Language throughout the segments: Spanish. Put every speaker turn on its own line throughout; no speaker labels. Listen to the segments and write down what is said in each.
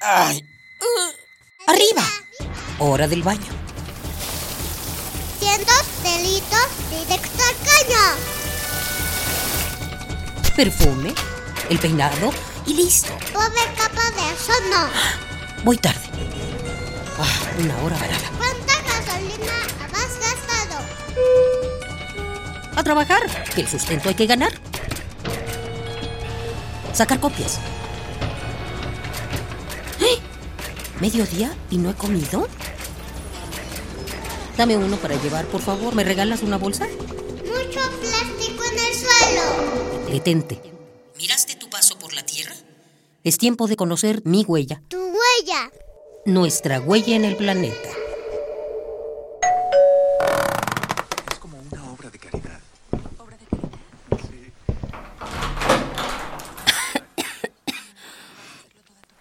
Ay. Arriba. Hora del baño.
Cientos delitos directo al caño.
Perfume, el peinado y listo.
Pobre capa de ozono.
Voy tarde. Ah, una hora varada.
¿Cuánta gasolina has gastado?
A trabajar, que el sustento hay que ganar. Sacar copias. ¡Eh! ¿Mediodía y no he comido? Dame uno para llevar, por favor. ¿Me regalas una bolsa?
Mucho plástico en el suelo.
Detente. ¿Miraste tu paso por la Tierra? Es tiempo de conocer mi huella,
Tu huella.
nuestra huella en el planeta.
Es como una obra de caridad.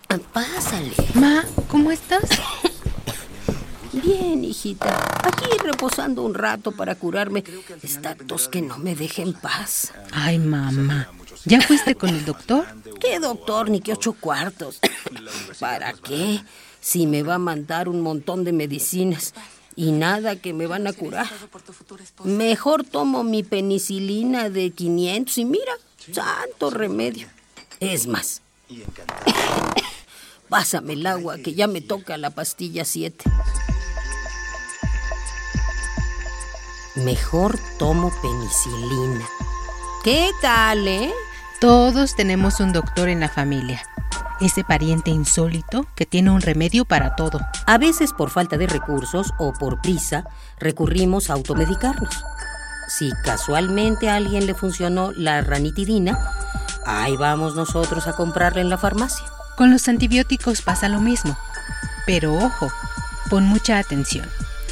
Ah, Pásale.
Ma, ¿cómo estás?
Bien, hijita. Aquí reposando un rato para curarme esta tos que no me deja en paz.
Ay, mamá. ¿Ya fuiste con el doctor?
¿Qué doctor ni qué ocho cuartos? ¿Para qué? Si me va a mandar un montón de medicinas y nada que me van a curar. Mejor tomo mi penicilina de 500 y mira, santo remedio. Es más, pásame el agua que ya me toca la pastilla 7. Mejor tomo penicilina. ¿Qué tal, eh?
Todos tenemos un doctor en la familia. Ese pariente insólito que tiene un remedio para todo.
A veces por falta de recursos o por prisa, recurrimos a automedicarnos. Si casualmente a alguien le funcionó la ranitidina, ahí vamos nosotros a comprarla en la farmacia.
Con los antibióticos pasa lo mismo. Pero ojo, pon mucha atención.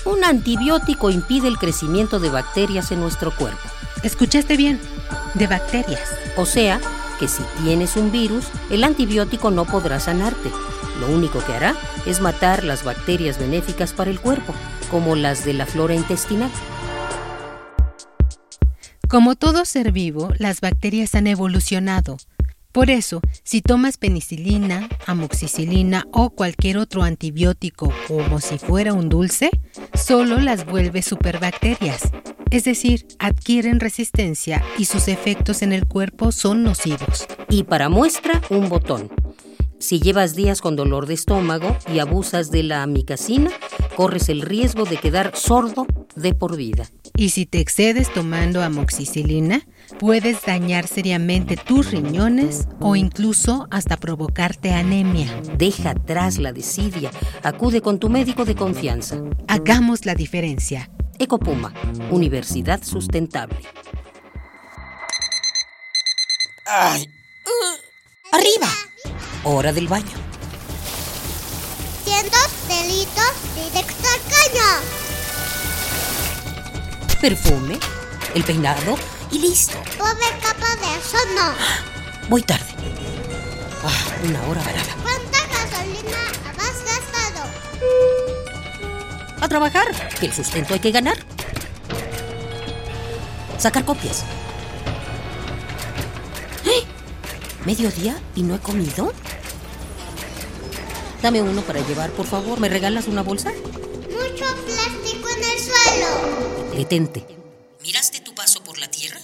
Un antibiótico impide el crecimiento de bacterias en nuestro cuerpo.
¿Escuchaste bien? De bacterias.
O sea, que si tienes un virus, el antibiótico no podrá sanarte. Lo único que hará es matar las bacterias benéficas para el cuerpo, como las de la flora intestinal.
Como todo ser vivo, las bacterias han evolucionado. Por eso, si tomas penicilina, amoxicilina o cualquier otro antibiótico como si fuera un dulce, solo las vuelve superbacterias. Es decir, adquieren resistencia y sus efectos en el cuerpo son nocivos.
Y para muestra, un botón. Si llevas días con dolor de estómago y abusas de la amicacina, corres el riesgo de quedar sordo de por vida.
Y si te excedes tomando amoxicilina, puedes dañar seriamente tus riñones o incluso hasta provocarte anemia.
Deja atrás la desidia. Acude con tu médico de confianza.
Hagamos la diferencia.
Ecopuma, Universidad Sustentable. Ay. Arriba. Hora del baño.
Cientos delitos directo al caño.
Perfume, el peinado y listo.
Pobre capa de ozono.
Voy tarde. Ah, una hora varada.
¿Cuánta gasolina has gastado?
a trabajar, que el sustento hay que ganar. Sacar copias. ¡Eh! ¿Mediodía y no he comido? Dame uno para llevar, por favor. ¿Me regalas una bolsa?
Mucho plástico en el suelo.
Detente. ¿Miraste tu paso por la Tierra?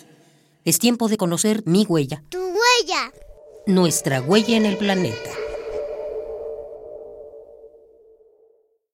Es tiempo de conocer mi huella,
Tu huella.
nuestra huella en el planeta.